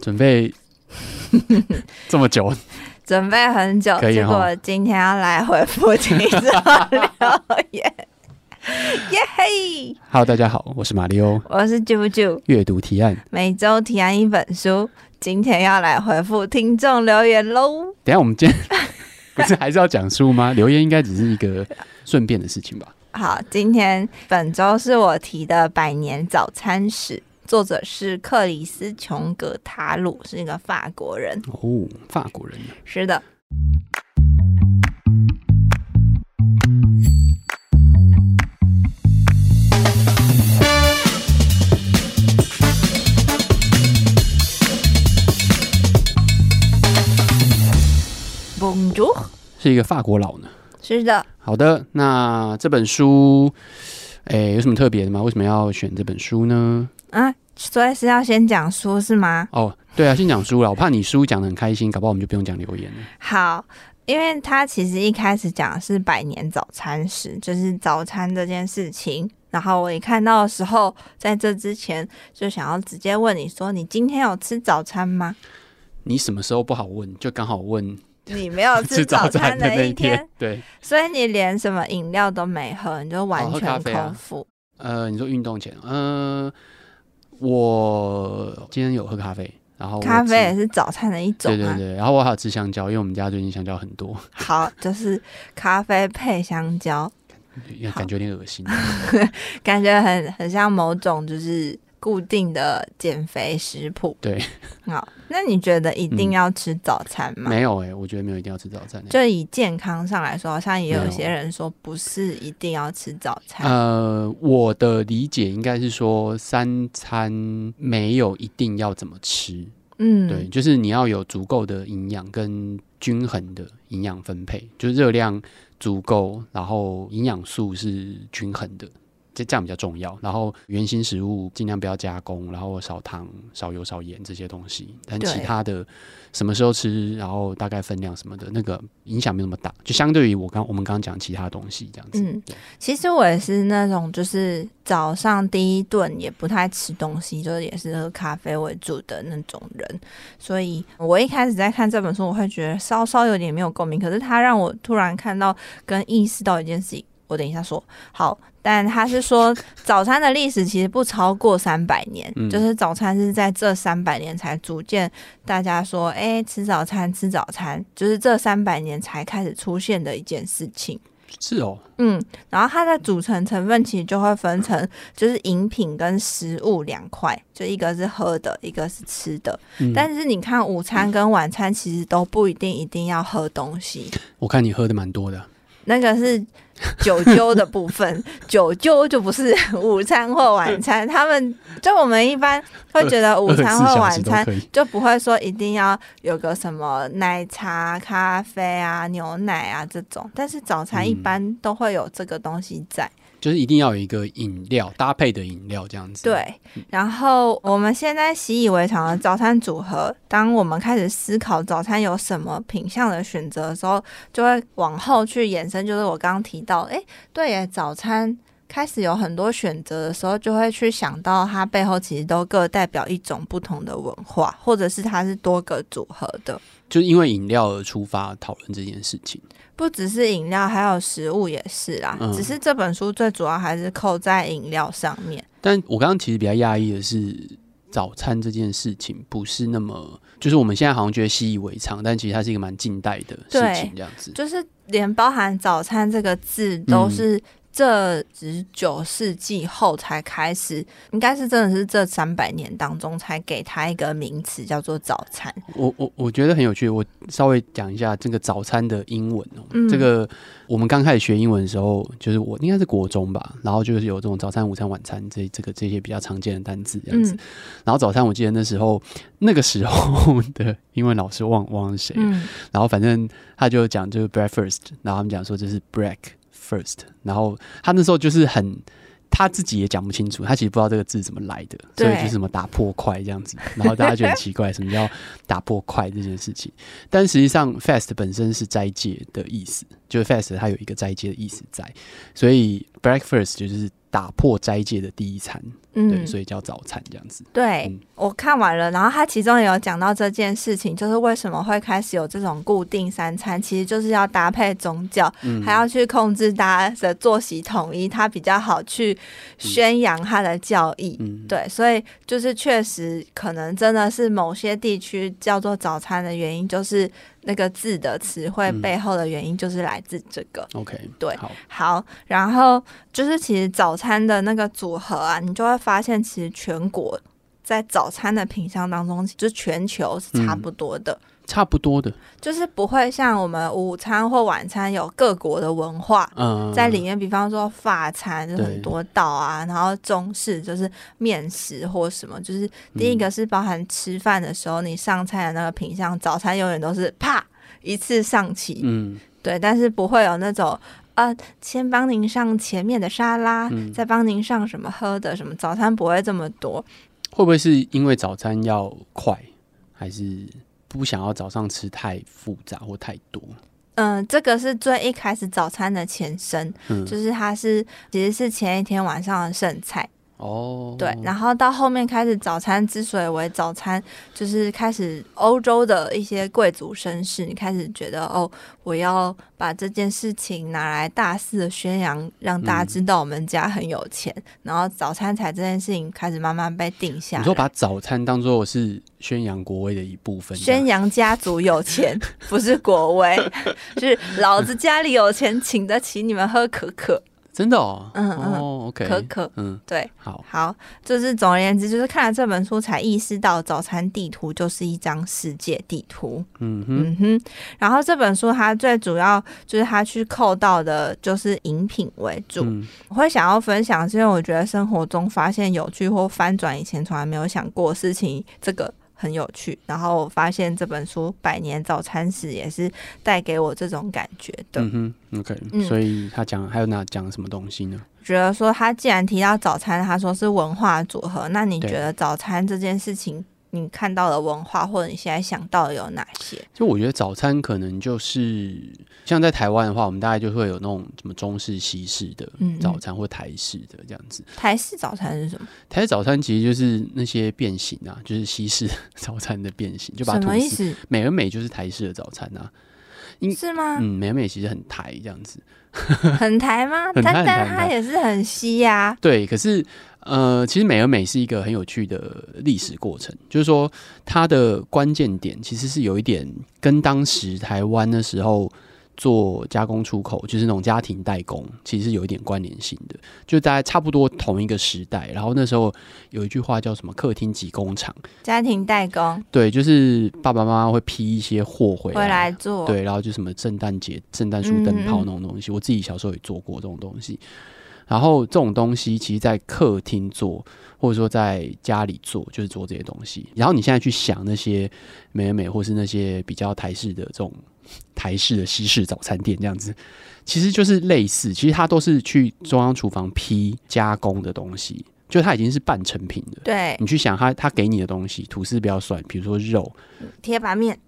准 备这么久，准备很久，可以结哈果今天要来回复听众留言，耶嘿！ Hello，大家好，我是马里欧。我是啾啾，阅读提案，每周提案一本书，今天要来回复听众留言喽。等一下我们今 天不是还是要讲书吗？留言应该只是一个顺便的事情吧？好，今天本周是我提的《百年早餐史》，作者是克里斯·琼格塔鲁，是一个法国人。哦，法国人啊是的。Bonjour，是一个法国佬呢。是的，好的，那这本书，诶，有什么特别的吗？为什么要选这本书呢？啊，所以是要先讲书是吗？哦，对啊，先讲书啦，我怕你书讲的很开心，搞不好我们就不用讲留言了。好，因为他其实一开始讲的是百年早餐史，就是早餐这件事情。然后我一看到的时候，在这之前就想要直接问你说：“你今天有吃早餐吗你什么时候不好问，就刚好问？”你没有吃吃早早餐餐的那的一一天天，。对，所以你连什么饮料都没喝，你就完喝咖全啡啊空腹。呃，你说运动前，呃，我今天有喝咖啡，然后哦我咖啡也吃。是早餐的一种对啊。对对，然后我还有吃香蕉，因为我们家最近香蕉很 多，好，就是咖啡配香蕉，也感觉有点恶心。感觉很很像某种就是固定的减肥食谱。对，嗯好，那你觉得一定要吃早餐吗？没有哎、我觉得没有一定要吃早餐、欸。就以健康上来说，好像也没有有些人说不是一定要吃早餐。呃，我的理解应该是说，三餐没有一定要怎么吃，嗯，对，，就是你要有足够的营养跟均衡的营养分配，就是热量足够，然后营养素是均衡的，这这样比较重要。然后原型食物尽量不要加工，然后少糖、少油、少盐这些东西。但对其他的什么时候吃，然后大概分量什么的，那个影响没有那么大。就相对于我刚我们刚刚讲其他东西这样子，嗯，其实我也是那种，就是早上第一顿也不太吃东西，就是也是喝咖啡为主的那种人。所以我一开始在看这本书，我会觉得稍稍有点没有共鸣，可是它让我突然看到跟意识到一件事情。我等一下说好，但他是说早餐的历史其实不超过三百年，嗯就是早餐是在这三百年才逐渐大家说，哎、吃早餐，吃早餐，就是这三百年才开始出现的一件事情。是哦，嗯，然后它的组成成分其实就会分成，就是饮品跟食物两块，就一个是喝的，一个是吃的。嗯、但是你看，午餐跟晚餐其实都不一定一定要喝东西，我看你喝的蛮多的，那个是酒灸的部分，酒灸就不是 午餐或晚餐。他们就我们一般会觉得午餐24或小晚时都餐可以。就不会说一定要有个什么奶茶、咖啡啊、牛奶啊这种，但是早餐一嗯般都会有这个东西在。就是一定要有一个饮料搭配的饮料这样子。，对，然后我们现在习以为常的早餐组合，当我们开始思考早餐有什么品相的选择的时候，就会往后去延伸，就是我刚刚提到，诶，对耶，早餐。开始有很多选择的时候，就会去想到它背后其实都各代表一种不同的文化，或者是它是多个组合的，就是因为饮料而出发讨论这件事情。不只是饮料，还有食物也是啦。嗯只是这本书最主要还是扣在饮料上面。但我刚刚其实比较讶异的是，早餐这件事情不是那么，就是我们现在好像觉得习以为常，但其实它是一个蛮近代的事情，这样子。就是连包含“早餐”这个字，都是这十九世纪后才开始，应该是真的是这三百年当中才给它一个名词，叫做早餐。我我我觉得很有趣，我稍微讲一下这个早餐的英文哦、嗯这个我们刚开始学英文的时候，就是我应该是国中吧，然后就是有这种早餐、午餐、晚餐这这个这些比较常见的单字这样子。嗯然后早餐，我记得那时候 那个时候的英文老师忘忘了谁了，嗯，然后反正他就讲就是 breakfast，然后他们讲说这是 break first，然后他那时候就是很他自己也讲不清楚，他其实不知道这个字怎么来的，所以对就是什么打破块这样子，然后大家就很奇怪什么叫打破块这件事情，但实际上 fast 本身是斋戒的意思，就是 fast 它有一个斋戒的意思在，所以 breakfast 就是打破斋戒的第一餐，对，嗯，所以叫早餐这样子。对、嗯我看完了，然后他其中也有讲到这件事情，就是为什么会开始有这种固定三餐，其实就是要搭配宗教，嗯还要去控制大家的作息统一，他比较好去宣扬他的教义。嗯，对，所以就是确实可能真的是某些地区叫做早餐的原因，就是那个字的词汇嗯背后的原因就是来自这个。 ，OK，对好，好，然后就是其实早餐的那个组合啊，你就会发现其实全国。在早餐的品相当中，就全球是嗯差不多的，差不多的，就是不会像我们午餐或晚餐有各国的文化，嗯、在里面，比方说法餐就对很多道啊，然后中式就是面食或什么，就是第一嗯个是包含吃饭的时候你上菜的那个品相，早餐永远都是啪一次上齐，嗯，对，但是不会有那种。啊，先帮您上前面的沙拉，嗯再帮您上什么喝的，什么早餐不会这么多。会不会是因为早餐要快，还是不想要早上吃太复杂或太多？嗯，这个是最一开始早餐的前身，嗯，就是它是其实是前一天晚上的剩菜。哦，对，然后到后面开始早餐之所以为早餐，就是开始欧洲的一些贵族绅士，你开始觉得哦，我要把这件事情拿来大肆的宣扬，让大家嗯知道我们家很有钱，然后早餐才这件事情开始慢慢被定下你说来。把早餐当做是宣扬国威的一部分，宣扬扬家族有钱，不是国威， 是老子家里有钱，请得起你们喝可 可真的哦，嗯嗯哦，OK，可可。嗯，对，好，好，就是总而言之，就是看了这本书才意识到，早餐地图就是一张世界地图。嗯哼，嗯哼，然后这本书它最主要就是它去扣到的就是饮品为主。嗯我会想要分享，是因为我觉得生活中发现有趣或翻转以前从来没有想过的事情，这个。很有趣，然后我发现这本书《百年早餐史》也是带给我这种感觉的。嗯哼，OK，嗯所以他讲还有哪讲什么东西呢？觉得说他既然提到早餐，他说是文化组合，那你对觉得早餐这件事情，你看到的文化或者你现在想到的有哪些？就我觉得早餐可能就是像在台湾的话，我们大概就会有那种什么中式、西式的嗯嗯早餐或台式的这样子。台式早餐是什么？台式早餐其实就是那些变形啊， 就是西式早餐的变形，就把什么吐意司思？美而美就是台式的早餐啊。因是吗？嗯，美而美其实很台这样子。很台 吗？很台但很台但很它台也是很啊西呀、对，可是呃，其实美而美是一个很有趣的历史过程，就是说它的关键点其实是有一点跟当时台湾那时候做加工出口，就是那种家庭代工，其实是有一点关联性的，就大概差不多同一个时代。然后那时候有一句话叫什么“客厅即工厂家庭代工”，对，就是爸爸妈妈会批一些货回会来来做。对，然后就什么圣诞节、圣诞树嗯灯泡嗯那种东西，我自己小时候也做过这种东西。然后这种东西其实，在客厅做，或者说在家里做，就是做这些东西。然后你现在去想那些美而美，或是那些比较台式的这种台式的西式早餐店这样子，其实就是类似，其实它都是去中央厨房批加工的东西，就它已经是半成品了。对，你去想它，它给你的东西，吐司不要算，比如说肉，铁板面、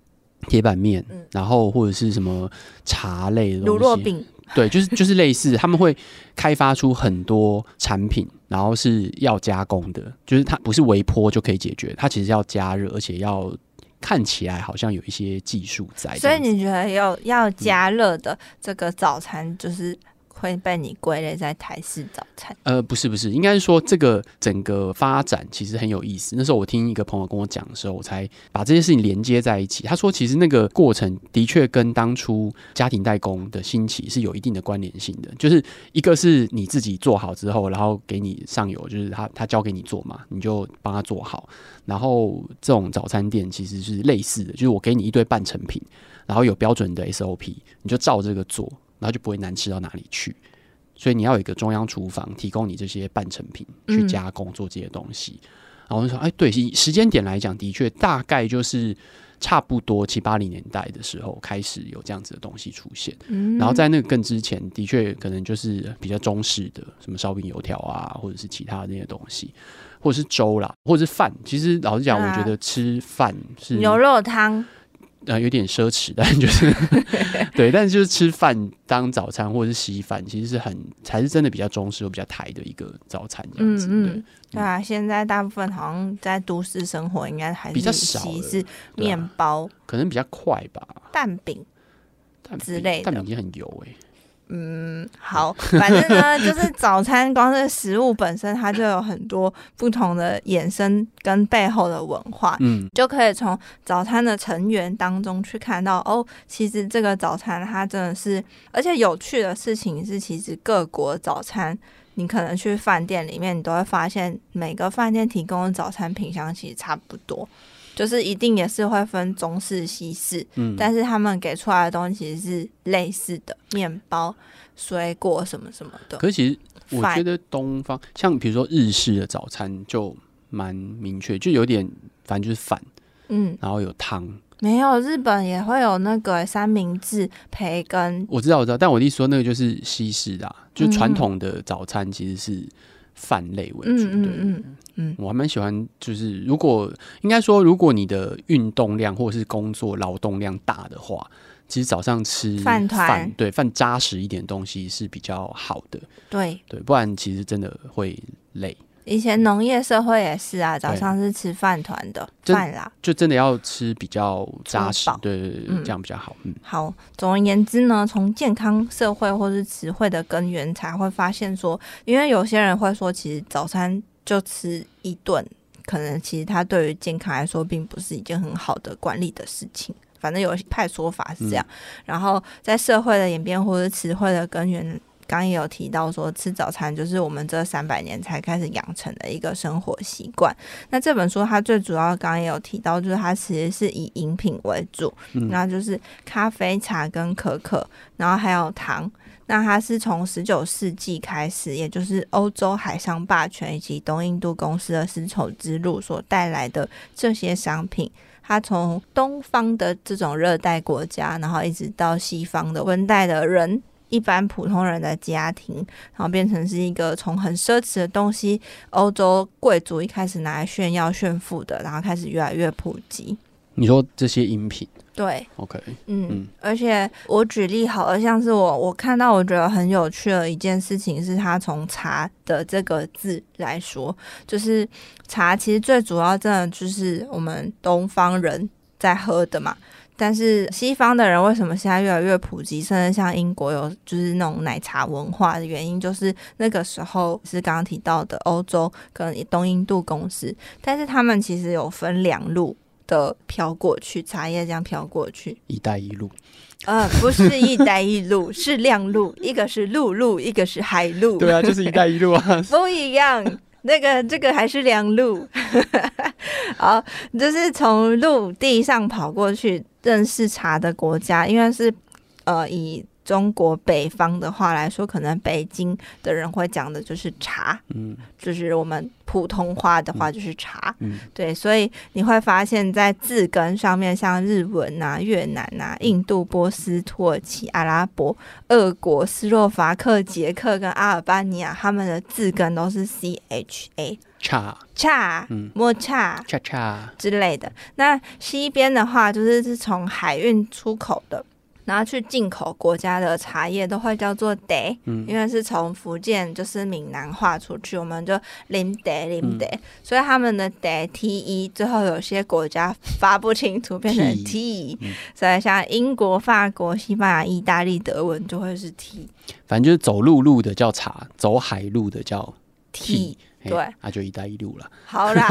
铁板面，嗯然后或者是什么茶类的东乳西酪饼，对，就是就是类似，他们会开发出很多产品，然后是要加工的，就是它不是微波就可以解决，它其实要加热，而且要看起来好像有一些技术在这所以样子。你觉得有要加热的这个早餐，就是会被你归类在台式早餐？呃，不是不是，应该是说这个整个发展其实很有意思。那时候我听一个朋友跟我讲的时候，我才把这些事情连接在一起。他说，其实那个过程的确跟当初家庭代工的兴起是有一定的关联性的，就是一个是你自己做好之后，然后给你上游，就是他他交给你做嘛，你就帮他做好。然后这种早餐店其实是类似的，就是我给你一堆半成品，然后有标准的 SOP，你就照这个做，然后就不会难吃到哪里去。所以你要有一个中央厨房提供你这些半成品去嗯加工做这些东西。然后我就说，哎，对，以时间点来讲，的确大概就是差不多七八零年代的时候开始有这样子的东西出现。嗯，然后在那个更之前，的确可能就是比较中式的，什么烧饼、油条啊，或者是其他的那些东西，或者是粥啦，或者是饭。其实老实讲，对啊我觉得吃饭是牛肉汤，呃有点奢侈，但就是 对，但是就是吃饭当早餐或者是稀饭，其实是很才是真的比较中式或比较台的一个早餐这样嗯子。嗯，对啊，现在大部分好像在都市生活，应该还是比较少其了是对，面对啊、包、可能比较快吧。蛋饼。蛋饼之类的啊蛋饼已经很油哎、嗯，好，反正 呢，就是早餐光是食物本身，它就有很多不同的衍生跟背后的文化，嗯，就可以从早餐的成员当中去看到哦，其实这个早餐它真的是，而且有趣的事情是，其实各国早餐，你可能去饭店里面，你都会发现每个饭店提供的早餐品相其实差不多，就是一定也是会分中式、西式，嗯但是他们给出来的东西其实是类似的，面包、水果什么什么的。可是其实我饭觉得东方像比如说日式的早餐就蛮明确，就有点反正就是饭，嗯，然后有汤。没有，日本也会有那个三明治、培根，我知道我知道，但我弟说那个就是西式的、啊，就传嗯统的早餐其实是饭类为主。嗯对嗯嗯，我还蛮喜欢，就是如果应该说，如果你的运动量或者是工作劳动量大的话，其实早上吃饭团饭对饭扎实一点的东西是比较好的，对。对，不然其实真的会累，以前农业社会也是啊，早对上是吃饭团的真饭啦。就真的要吃比较扎粗实饱，对对对，嗯这样比较好。嗯，好，总而言之呢，从健康、社会或是词汇的根源才会发现说，因为有些人会说，其实早餐就吃一顿，可能其实它对于健康来说，并不是一件很好的管理的事情。反正有一派说法是这嗯样，然后在社会的演变或者词汇的根源，刚刚也有提到说，吃早餐就是我们这三百年才开始养成的一个生活习惯。那这本书它最主要，刚刚也有提到，就是它其实是以饮品为主，嗯然后就是咖啡、茶跟可可，然后还有糖。那它是从十九世纪开始，也就是欧洲海上霸权以及东印度公司的丝绸之路所带来的这些商品。它从东方的这种热带国家，然后一直到西方的温带的人，一般普通人的家庭，然后变成是一个从很奢侈的东西，欧洲贵族一开始拿来炫耀炫富的，然后开始越来越普及。你说这些饮品对， ，OK，嗯，嗯而且我举例好了，像是我我看到我觉得很有趣的一件事情是，它从茶的这个字来说，就是茶其实最主要真的就是我们东方人在喝的嘛。但是西方的人为什么现在越来越普及，甚至像英国有就是那种奶茶文化的原因，就是那个时候是刚刚提到的欧洲跟东印度公司，但是他们其实有分两路的飘过去，茶叶这样飘过去，一带一路，呃，不是一带一路，是两路，一个是陆路，一个是海路，，对啊，就是一带一路啊不一样。那个这个还是两路， 好，就是从陆地上跑过去认识茶的国家，因为是呃以中国北方的话来说，可能北京的人会讲的就是茶， 嗯就是我们普通话的话就是茶，嗯对，所以你会发现在字根上面，像日文啊、越南啊、嗯印度、波斯、土耳其、阿拉伯、俄国、斯洛伐克、捷克跟阿尔巴尼亚，他们的字根都是 C H A，嗯恰恰嗯、莫恰恰恰，之类的。那西边的话，就是是从海运出口的。然后去进口国家的茶叶都会叫做 day，、嗯因为是从福建就是闽南话出去，我们就林得林得，所以他们的 d t e 最后有些国家发不清楚变成 t，、E 嗯所以像英国、法国、西班牙、意大利、德文就会是 t 反正就是走陆路的叫茶，走海路的叫 t。嘿对，那就一带一路了。好啦，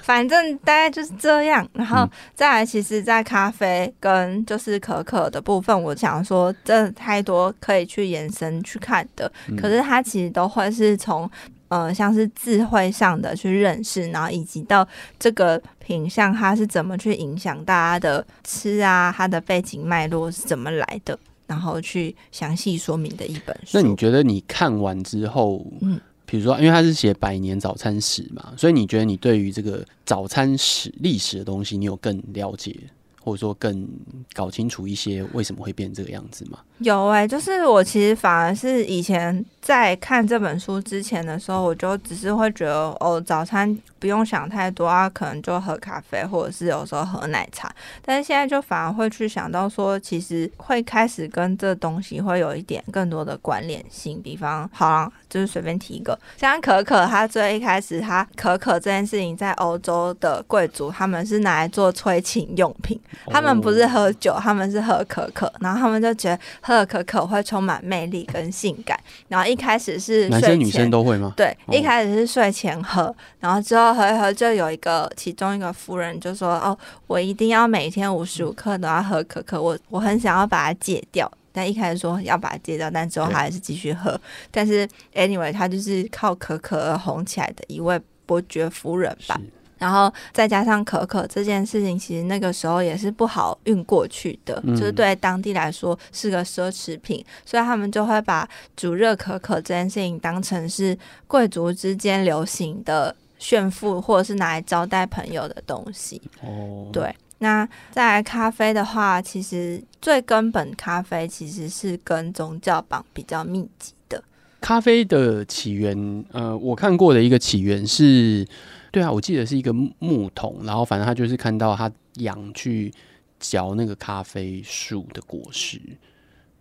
反正大概就是这样。嗯然后再来，其实，在咖啡跟就是可可的部分，我想说，真的太多可以去延伸去看的。嗯可是它其实都会是从呃，像是智慧上的去认识，然后以及到这个品相它是怎么去影响大家的吃啊，它的背景脉络是怎么来的，然后去详细说明的一本书。那你觉得你看完之后，嗯比如说，因为他是写百年早餐史嘛，所以你觉得你对于这个早餐史历史的东西，你有更了解，或者说更搞清楚一些为什么会变这个样子吗？有哎、就是我其实反而是以前在看这本书之前的时候，我就只是会觉得哦，早餐不用想太多啊，可能就喝咖啡，或者是有时候喝奶茶。但是现在就反而会去想到说，其实会开始跟这东西会有一点更多的关联性。比方，好啦，就是随便提一个，像可可，它最一开始它可可这件事情，在欧洲的贵族他们是拿来做催情用品，哦他们不是喝酒，他们是喝可可，然后他们就觉得喝了可可会充满魅力跟性感。然后一开始是男睡生女前生都会吗？对，哦一开始是睡前喝，然后之后喝一喝，就有一个其中一个夫人就说：“哦，我一定要每天无时无刻都要喝可可，我我很想要把它戒掉。”但一开始说要把它戒掉，但之后对她还是继续喝。但是 anyway，她就是靠可可而红起来的一位伯爵夫人吧。是然后再加上可可这件事情，其实那个时候也是不好运过去的，嗯就是对当地来说是个奢侈品，所以他们就会把煮热可可这件事情当成是贵族之间流行的炫富，或者是拿来招待朋友的东西。哦，对，那再来咖啡的话，其实最根本咖啡其实是跟宗教绑比较密集的。咖啡的起源，呃，我看过的一个起源是，对啊，我记得是一个牧牧童，然后反正他就是看到他羊去嚼那个咖啡树的果实，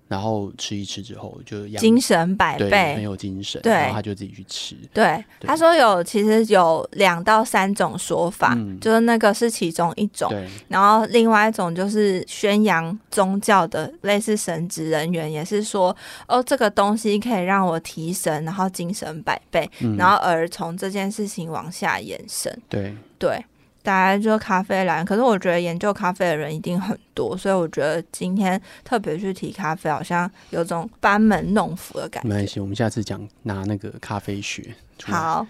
然后吃一吃之后，就羊精神百对倍，很有精神，对然后他就自己去吃，对，对他说有，其实有两到三种说法，嗯就是那个是其中一种，对，然后另外一种就是宣扬宗教的，类似神职人员，也是说哦，这个东西可以让我提神，然后精神百倍，嗯然后而从这件事情往下延伸，对，对。大家就咖啡蓝，可是我觉得研究咖啡的人一定很多，所以我觉得今天特别去提咖啡，好像有种班门弄斧的感觉没。关系，我们下次讲拿那个咖啡学出来，好，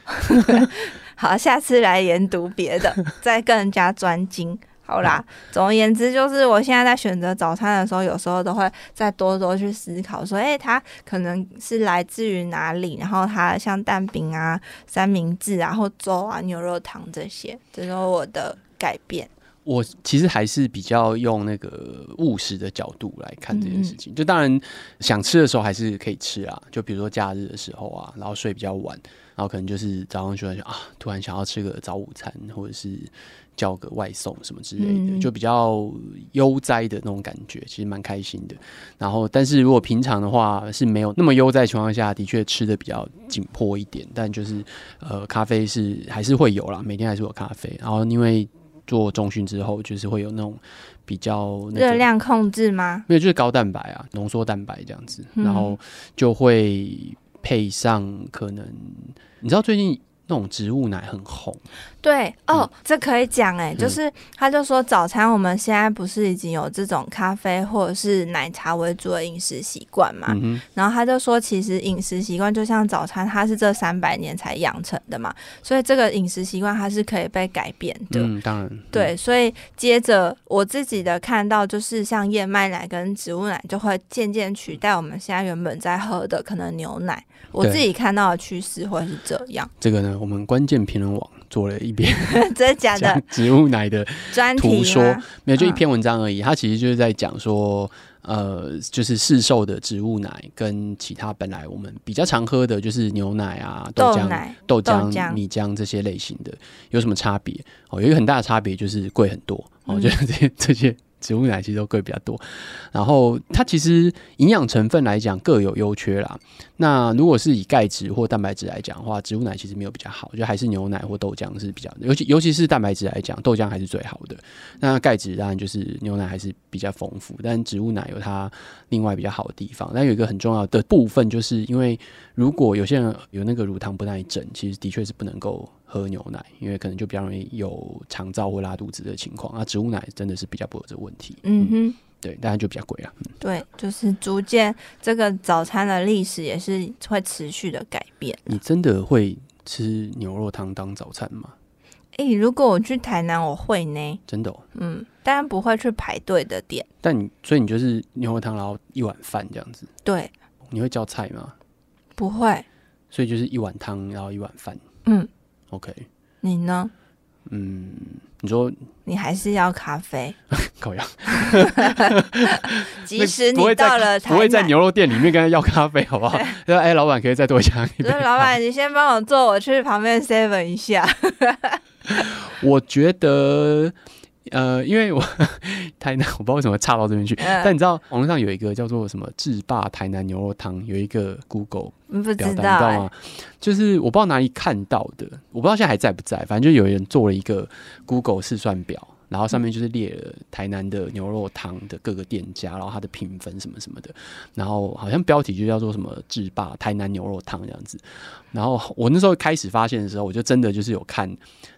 好，下次来研读别的，再跟人家专精。好啦，总而言之，就是我现在在选择早餐的时候，有时候都会再多多去思考，说，哎、它可能是来自于哪里，然后它像蛋饼啊、三明治啊、或粥啊、牛肉汤这些，这是我的改变。我其实还是比较用那个务实的角度来看嗯这件事情。就当然想吃的时候还是可以吃啊，就比如说假日的时候啊，然后睡比较晚，然后可能就是早上突然想啊，突然想要吃个早午餐，或者是叫个外送什么之类的，嗯就比较悠哉的那种感觉，其实蛮开心的。然后，但是如果平常的话是没有那么悠哉的情况下，的确吃的比较紧迫一点，但就是呃，咖啡是还是会有啦，每天还是有咖啡。然后因为做中训之后，就是会有那种比较那热个量控制吗？没有，就是高蛋白啊，浓缩蛋白这样子，嗯然后就会配上可能你知道最近那种植物奶很红，对哦，嗯这可以讲哎、嗯就是他就说早餐我们现在不是已经有这种咖啡或者是奶茶为主的饮食习惯嘛？嗯哼，然后他就说，其实饮食习惯就像早餐，它是这三百年才养成的嘛，所以这个饮食习惯它是可以被改变的。嗯，当然，对，所以接着我自己的看到，就是像燕麦奶跟植物奶就会渐渐取代我们现在原本在喝的可能牛奶。我对自己看到的趋势会是这样， 这个呢，我们关键评论网做了一篇真的假的 讲？植物奶的专题图吗说没有，就一嗯篇文章而已。它其实就是在讲说，呃，就是市售的植物奶跟其他本来我们比较常喝的，就是牛奶啊、豆豆浆、奶豆豆浆、浆米浆这些类型的有什么差别？哦，有一个很大的差别就是贵很多。哦，嗯就是这些这些植物奶其实都贵比较多。然后它其实营养成分来讲各有优缺啦。那如果是以钙质或蛋白质来讲的话，植物奶其实没有比较好，就还是牛奶或豆浆是比较，尤其尤其是蛋白质来讲，豆浆还是最好的。那钙质当然就是牛奶还是比较丰富，但植物奶有它另外比较好的地方。但有一个很重要的部分，就是因为如果有些人有那个乳糖不耐症，其实的确是不能够喝牛奶，因为可能就比较容易有肠燥或拉肚子的情况。那植物奶真的是比较不会有这个问题。嗯，哼。对，当然就比较贵啊。对，就是逐渐这个早餐的历史也是会持续的改变。你真的会吃牛肉汤当早餐吗？诶，如果我去台南，我会呢，真的、哦？嗯，当然不会去排队的店。但你所以你就是牛肉汤，然后一碗饭这样子，对，你会叫菜吗？不会。所以就是一碗汤，然后一碗饭。嗯， OK，你呢？嗯，你说你还是要咖啡，烤 鸭，即使不会你在到了台不会在南牛肉店里面跟他要咖啡，好不 好？说哎，老板可以再多加一杯所以咖啡。老板，你先帮我做，我去旁边 seven 一下。我觉得，呃，因为我 台南，我不知道为什么差到这边去。嗯但你知道网络上有一个叫做什么“制霸台南牛肉汤”，有一个 Google 嗯不表单，知你知道、道欸吗，？就是我不知道哪里看到的，我不知道现在还在不在。反正就有人做了一个 Google 试算表，然后上面就是列了台南的牛肉汤的各个店家，然后它的评分什么什么的。然后好像标题就叫做什么“制霸台南牛肉汤”这样子。然后我那时候开始发现的时候，我就真的就是有看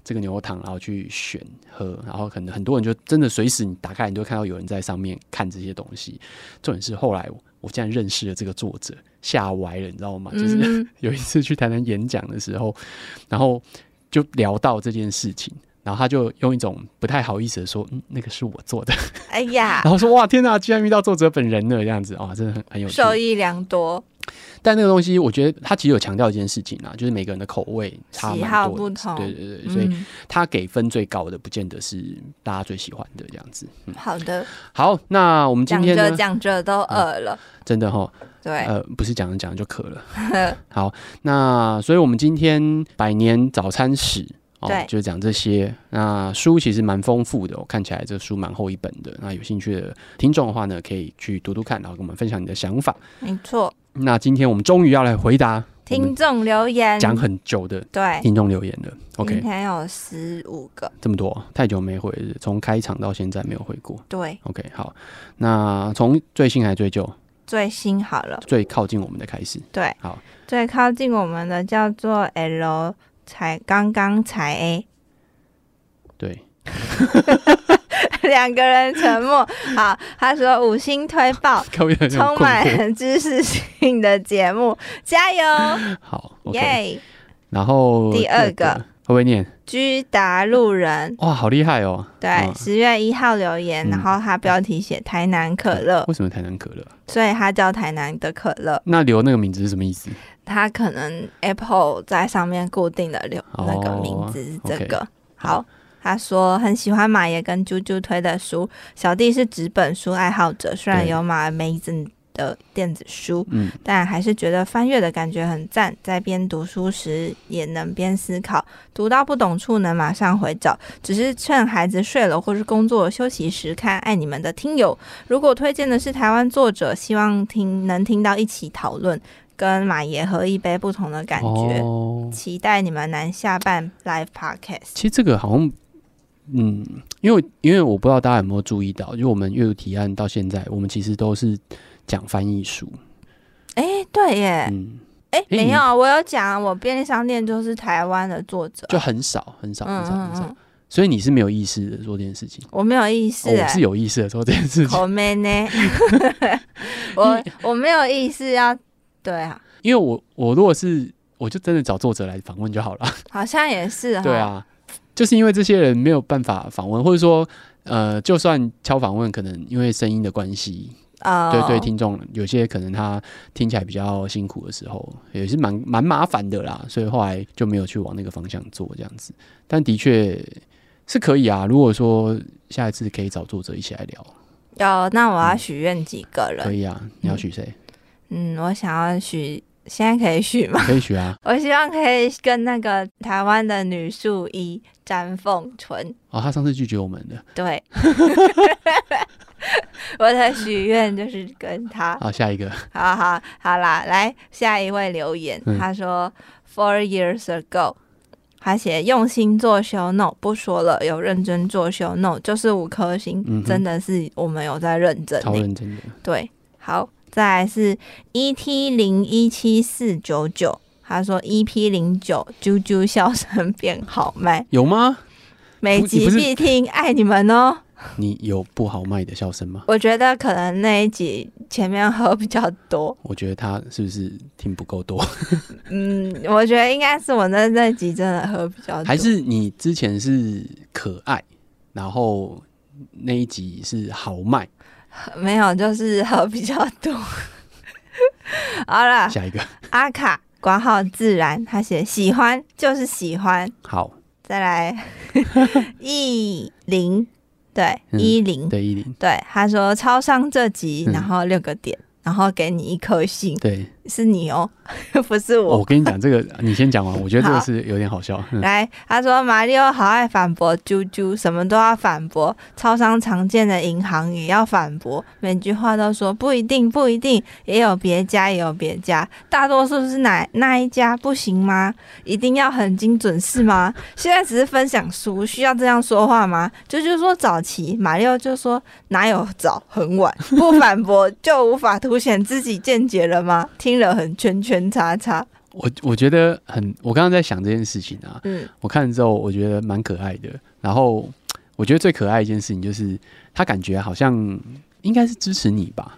这个牛肉汤，然后去选喝，然后可能很多人就真的随时你打开，你都会看到有人在上面看这些东西。重点是后来我我竟然认识了这个作者，吓歪了，你知道吗？就是、嗯哼有一次去台南演讲的时候，然后就聊到这件事情。然后他就用一种不太好意思的说：“嗯，那个是我做的。哎”呀 然，后说：“哇，天哪，居然遇到作者本人了，这样子啊，真的很很有趣。”受益良多，但那个东西，我觉得他其实有强调一件事情啦，啊就是每个人的口味差喜蛮好多的不同对对对，所以嗯，他给分最高的，不见得是大家最喜欢的这样子。好的，好，那我们嗯今讲天着呢，讲着都饿了，真的哈，对，呃，不是讲着讲着就渴了。 好，那所以我们今天百年早餐史。哦对，就是讲这些。那书其实蛮丰富的、哦，看起来这书蛮厚一本的。那有兴趣的听众的话呢，可以去读读看，然后跟我们分享你的想法。没错。那今天我们终于要来回答我们 听众留言，讲很久的对，听众留言了。今 OK，天有十五个，这么多，太久没回日，从开场到现在没有回过。对， OK，好，那从最新还是最旧，最新好了，最靠近我们的开始。对，好，最靠近我们的叫做 L 才刚刚才 A， 对， 两个人沉默。 好，他说五星推爆，各位很充困惑。满知识性的节目，加油！好，OK，、 耶、然后第二个会不会念？居达路人，哇，好厉害哦！对，嗯十、月一号留言，嗯然后他标题写台南可乐，为什么台南可乐？所以他叫台南的可乐。那留那个名字是什么意思？他可能 Apple 在上面固定的留哦那个名字是这个。好好，他说很喜欢马爷跟啾啾推的书，小弟是纸本书爱好者，虽然对有马 Amazing 的电子书，嗯，但还是觉得翻阅的感觉很赞，在边读书时也能边思考，读到不懂处能马上回找，只是趁孩子睡了或是工作休息时看。爱你们的听友，如果推荐的是台湾作者，希望听能听到一起讨论，跟马爷喝一杯不同的感觉。哦，期待你们南下办 live podcast。其实这个好像，嗯，因为因为我不知道大家有没有注意到，因为我们阅读提案到现在，我们其实都是讲翻译书。哎、对耶，嗯，哎、你没有啊，我有讲，我便利商店就是台湾的作者，就很少很少很嗯少嗯很少嗯，，所以你是没有意识的做这件事情。我没有意思、哦，哎。我是有意识的做这件事情，口没 呢，我我没有意思要对啊，因为我我如果是我就真的找作者来访问就好了。好像也是哈，对，啊，就是因为这些人没有办法访问，或者说呃，就算敲访问，可能因为声音的关系，呃，对对，听众有些可能他听起来比较辛苦的时候，也是蛮蛮麻烦的啦，所以后来就没有去往那个方向做这样子。但的确是可以啊，如果说下一次可以找作者一起来聊，有，那我要许愿几个可人？以啊。你要许谁？嗯，我想要许，现在可以许吗？ 可以许啊。我希望可以跟那个台湾的女树医詹凤纯，哦，他上次拒绝我们的，对， 我的许愿就是跟她。好，下一个，好呃好好啦，来下一位留言，嗯他说 Four years ago，他写用心做 show no，不说了，有认真做 show no，就是五颗星，嗯哼真的是我们有在认真超欸、认真的，对，好，再来是 ET 零一七四九九。他说：“EP 零九，啾啾笑声变好卖，有吗？每你集不是必听，爱你们哦。你有不好卖的笑声吗”？我觉得可能那一集前面喝比较多，我觉得他是不是听不够多？嗯，我觉得应该是我那那集真的喝比较多，还是你之前是可爱，然后那一集是豪迈？没有，就是喝比较多。 好了， 下一个阿卡管好自然，他写喜欢就是喜欢，好，再来 一零，对嗯一零，对一零，对他说超商这集，嗯然后六个点，然后给你一颗星，对。是你哦， 不是哦我我。跟你讲这 个，你先讲完，我觉得这个好是有点好笑。嗯来，他说马里奥好爱反驳啾啾，什么都要反驳，超商常见的银行也要反驳，每句话都说不一定，不一定，也有别家，也有别家，大多数是哪那一家不行吗？一定要很精准是吗？现在只是分享书，需要这样说话吗？啾啾说早期，马里奥就说哪有早，很晚，不反驳就无法凸显自己见解了吗？听了很圈圈叉叉，我我觉得很，我刚刚在想这件事情啊，嗯我看了之后我觉得蛮可爱的。然后我觉得最可爱的一件事情就是，他感觉好像应该是支持你吧，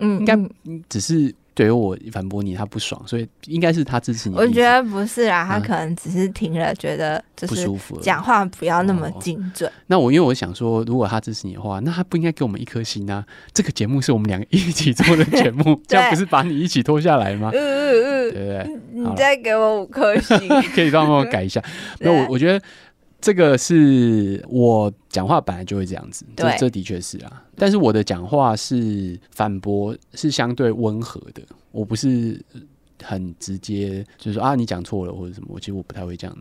嗯，应该嗯只是对我反驳你他不爽，所以应该是他支持你的我意思。觉得不是啦，他啊可能只是听了，觉得就不是舒服而已。哦讲话不要那么精准。那我因为我想说，如果他支持你的话，那他不应该给我们一颗星啊！这个节目是我们两个一起做的节目，这样不是把你一起拖下来吗？嗯嗯啊对不对？嗯，好你了再给我五 颗星。可以让我改一 下。那我我觉得这个是我讲话本来就会这样子，这对这的确是啊。但是我的讲话是反驳，是相对温和的，我不是很直接，就是说啊你讲错了或者什么。我其实我不太会这样。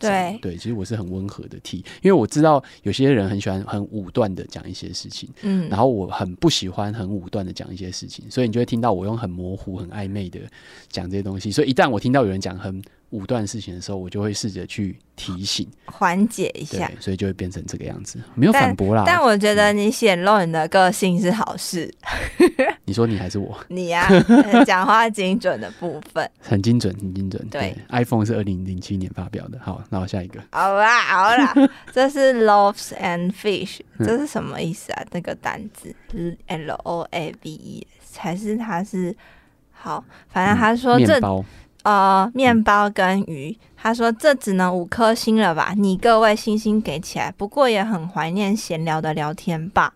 对对，其实我是很温和的替，因为我知道有些人很喜欢很武断的讲一些事情，嗯然后我很不喜欢很武断的讲一些事情，所以你就会听到我用很模糊、很暧昧的讲这些东西。所以一旦我听到有人讲很武断的事情的时候，我就会试着去提醒，缓解一对嗯下。，所以就会变成这个样子，没有反驳啦。但我觉得你显露你的个性是好事，你说你还是我，你呀、啊，讲话精准的部分，很精准，很精准。对 i p h o n e 是二零零七年发表的。好，那我下一个，好啦好 啦，这是 loaves and fish，这嗯是什么意思啊？那个单字 L O A V E，还是它是好？反正他说嗯这面包，呃，面包跟鱼。他说：“这只能五颗星了吧？你各位星星给起来。不过也很怀念闲聊的聊天吧。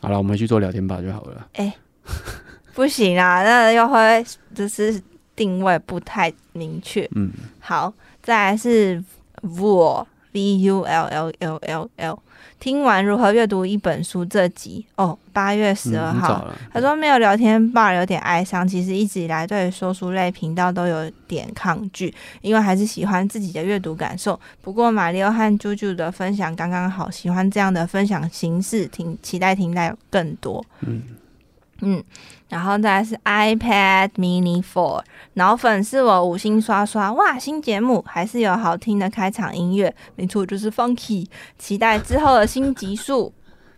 好了，我们去做聊天吧就好了。不行啊，那又会就是定位不太明确。嗯，好，再来是 vull v u l l l l l。听完如何阅读一本书这集哦，八月十二嗯很号、早了。他说没有聊天吧，有点哀伤。其实一直以来对说书类频道都有点抗拒，因为还是喜欢自己的阅读感受。不过马里奥和啾啾的分享刚刚好，喜欢这样的分享形式，挺期待听到更多。嗯嗯，然后再来是 iPad Mini Four，脑粉是我五星刷刷，哇，新节目还是有好听的开场音乐，没错，就是 Funky，期待之后的新集数。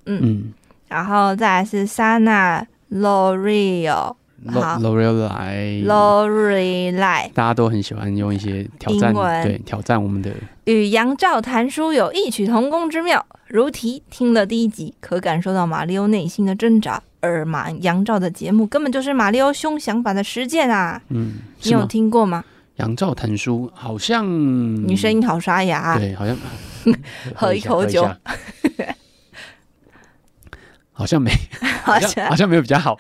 嗯然后再来是 Sana L'Oreal ，Lo- 嗯好 L'Oreal 来 L'Oreal 大家都很喜欢用一些挑战英，文对挑战我们的与杨照谈书有异曲同工之妙。如题听了第一集，可感受到马里欧内心的挣扎，而马杨照的节目根本就是马里欧凶想法的实践啊！嗯，你是有吗？听过吗？杨照谈书好像你声音好沙哑、啊，对，好像 喝一下口酒，下 好像没， 好好像像好 像没有比较好。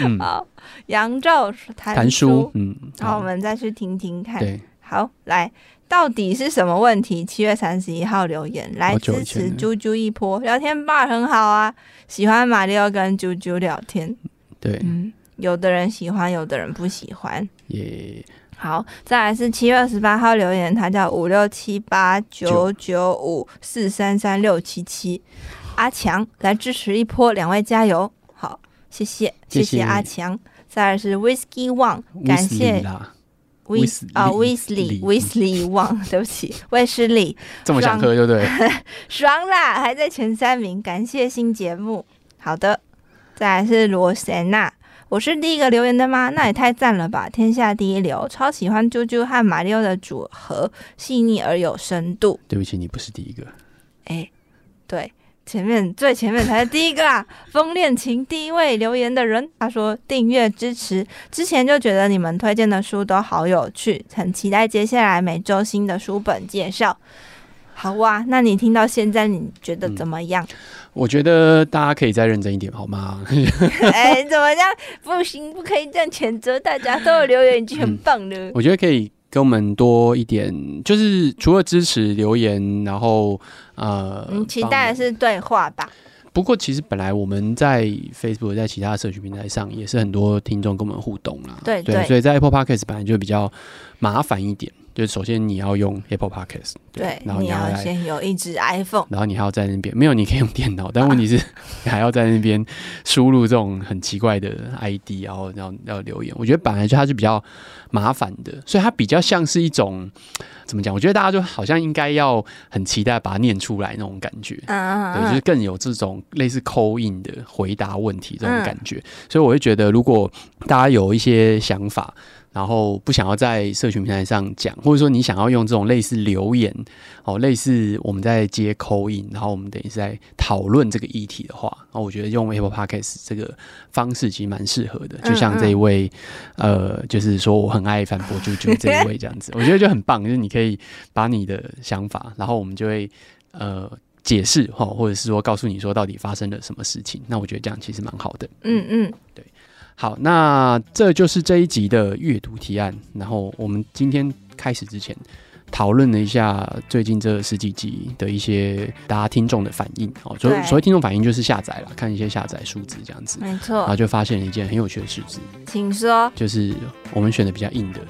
嗯，好。 杨照谈谈书书，，嗯，然后我们再去听听看。对，好，来，到底是什么问题？七月三十一号留言来好久支以前持了啾啾一波，聊天吧很好啊，喜欢马里奥跟啾啾聊天，对，嗯，有的人喜欢，有的人不喜欢。也好，再来是七月二十八号留言，他叫五六七八九九五四三三六七七，阿强来支持一波，两位加油！好，谢谢，谢谢谢谢阿强。再来是 Whisky One，感谢 Weasley 啦，威 Weasley 啊威斯利李威斯利忘， 对不起，威斯利这么想让喝，对不对？ 爽啦，还在前三名，感谢新节目。好的，再来是罗贤娜，我是第一个留言的吗？那也太赞了吧，天下第一流，超喜欢啾啾和马里奥的组合，细腻而有深度。对不起，你不是第一个，哎，对。前面最前面才是第一个 啊！风恋情第一位留言的人，他说订阅支持，之前就觉得你们推荐的书都好有趣，很期待接下来每周新的书本介绍。好哇、那你听到现在你觉得怎么 样？我觉得大家可以再认真一点，好吗？ 哎、怎么样？不行，不可以这样谴责大家，都有留言已经很棒了。我觉得可以给我们多一点，就是除了支持留言，然后呃， 你嗯期待的是对话吧？不过其实本来我们在 Facebook 在其他社群平台上也是很多听众跟我们互动啦，对对，对所以在 Apple Podcast 本来就比较麻烦一点，就是首先你要用 Apple Podcast，对，然后你要要来先有一只 iPhone。然后你还要在那边没有，你可以用电脑，啊但问题是你还要在那边输入这种很奇怪的 ID，然后然后要留言。我觉得本来就它是比较麻烦的，所以它比较像是一种怎么讲？我觉得大家就好像应该要很期待把它念出来那种感觉。嗯对，就嗯是嗯，更有这种类似扣印的回答问题这种感觉，所以我会觉得，如果大家有一些想法，然后不想要在社群平台上讲，或者说你想要用这种类似留言哦，类似我们在接扣印，然后我们等于是在讨论这个议题的话，那我觉得用 Apple Podcast 这个方式其实蛮适合的，就嗯像这一位、呃，就是说我很爱反驳啾啾这一位这样子，我觉得就很棒，就是你可以把你的想法，然后我们就会呃解释哈，或者是说告诉你说到底发生了什么事情。那我觉得这样其实蛮好的。嗯嗯，好，那这就是这一集的阅读提案。然后我们今天开始之前，讨论了一下最近这十几集的一些大家听众的反应哦。所对所谓听众反应就是下载了，看一些下载数字这样子，没然后错，就发现了一件很有趣的事情，请说，就是我们选的比较硬的，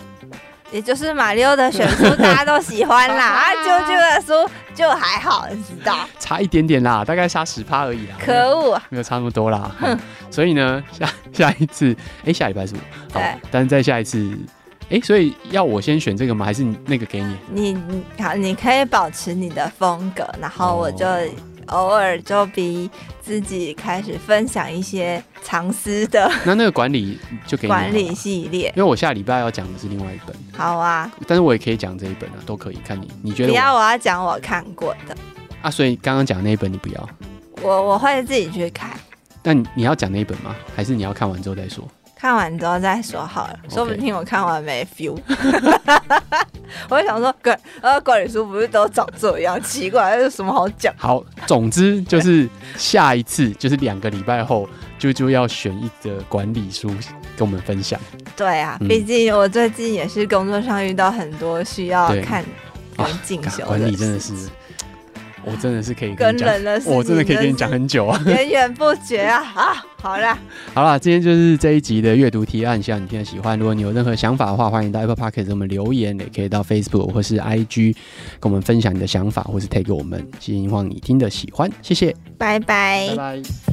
也就是马里奥的选书大家都喜欢啦，啊，啾啾的书就还好，你知道？差一点点啦，大概差十趴而已啦。可恶，没有差那么多啦。嗯所以呢，下下一次，哎、下礼拜是我，好对，但是在下一次，哎、所以要我先选这个吗？还是你那个给 你？你你好，你可以保持你的风格，然后我就哦偶尔就逼自己开始分享一些藏私的那那个管理就给你好了管理系列。因为我下礼拜要讲的是另外一本，好啊，但是我也可以讲这一本啊，都可以看你，你觉不得要我我要讲我看过的，啊？所以刚刚讲那一本你不要，我我会自己去看，但你你要讲那一本吗？还是你要看完之后再说？看完之后再说好了，说不 OK 定我看完没 feel。我就想说，管呃管理书不是都长这样，奇怪，有什么好讲？好，总之就是下一次就是两个礼拜后，啾啾要选一则管理书跟我们分享。对啊，嗯毕竟我最近也是工作上遇到很多需要对看啊跟进干修管理真的事 是情，我真的是可以跟哦跟你讲，人的事情，我真的可以跟你讲很久 啊。源源不绝啊！啊，好啦，好啦，今天就是这一集的阅读提案，希望你听得喜欢。如果你有任何想法的话，欢迎到 Apple Podcast 给我们留言，也可以到 Facebook 或是 IG 跟我们分享你的想法，或是 tag 我们。希望你听得喜欢，谢谢，拜拜拜拜。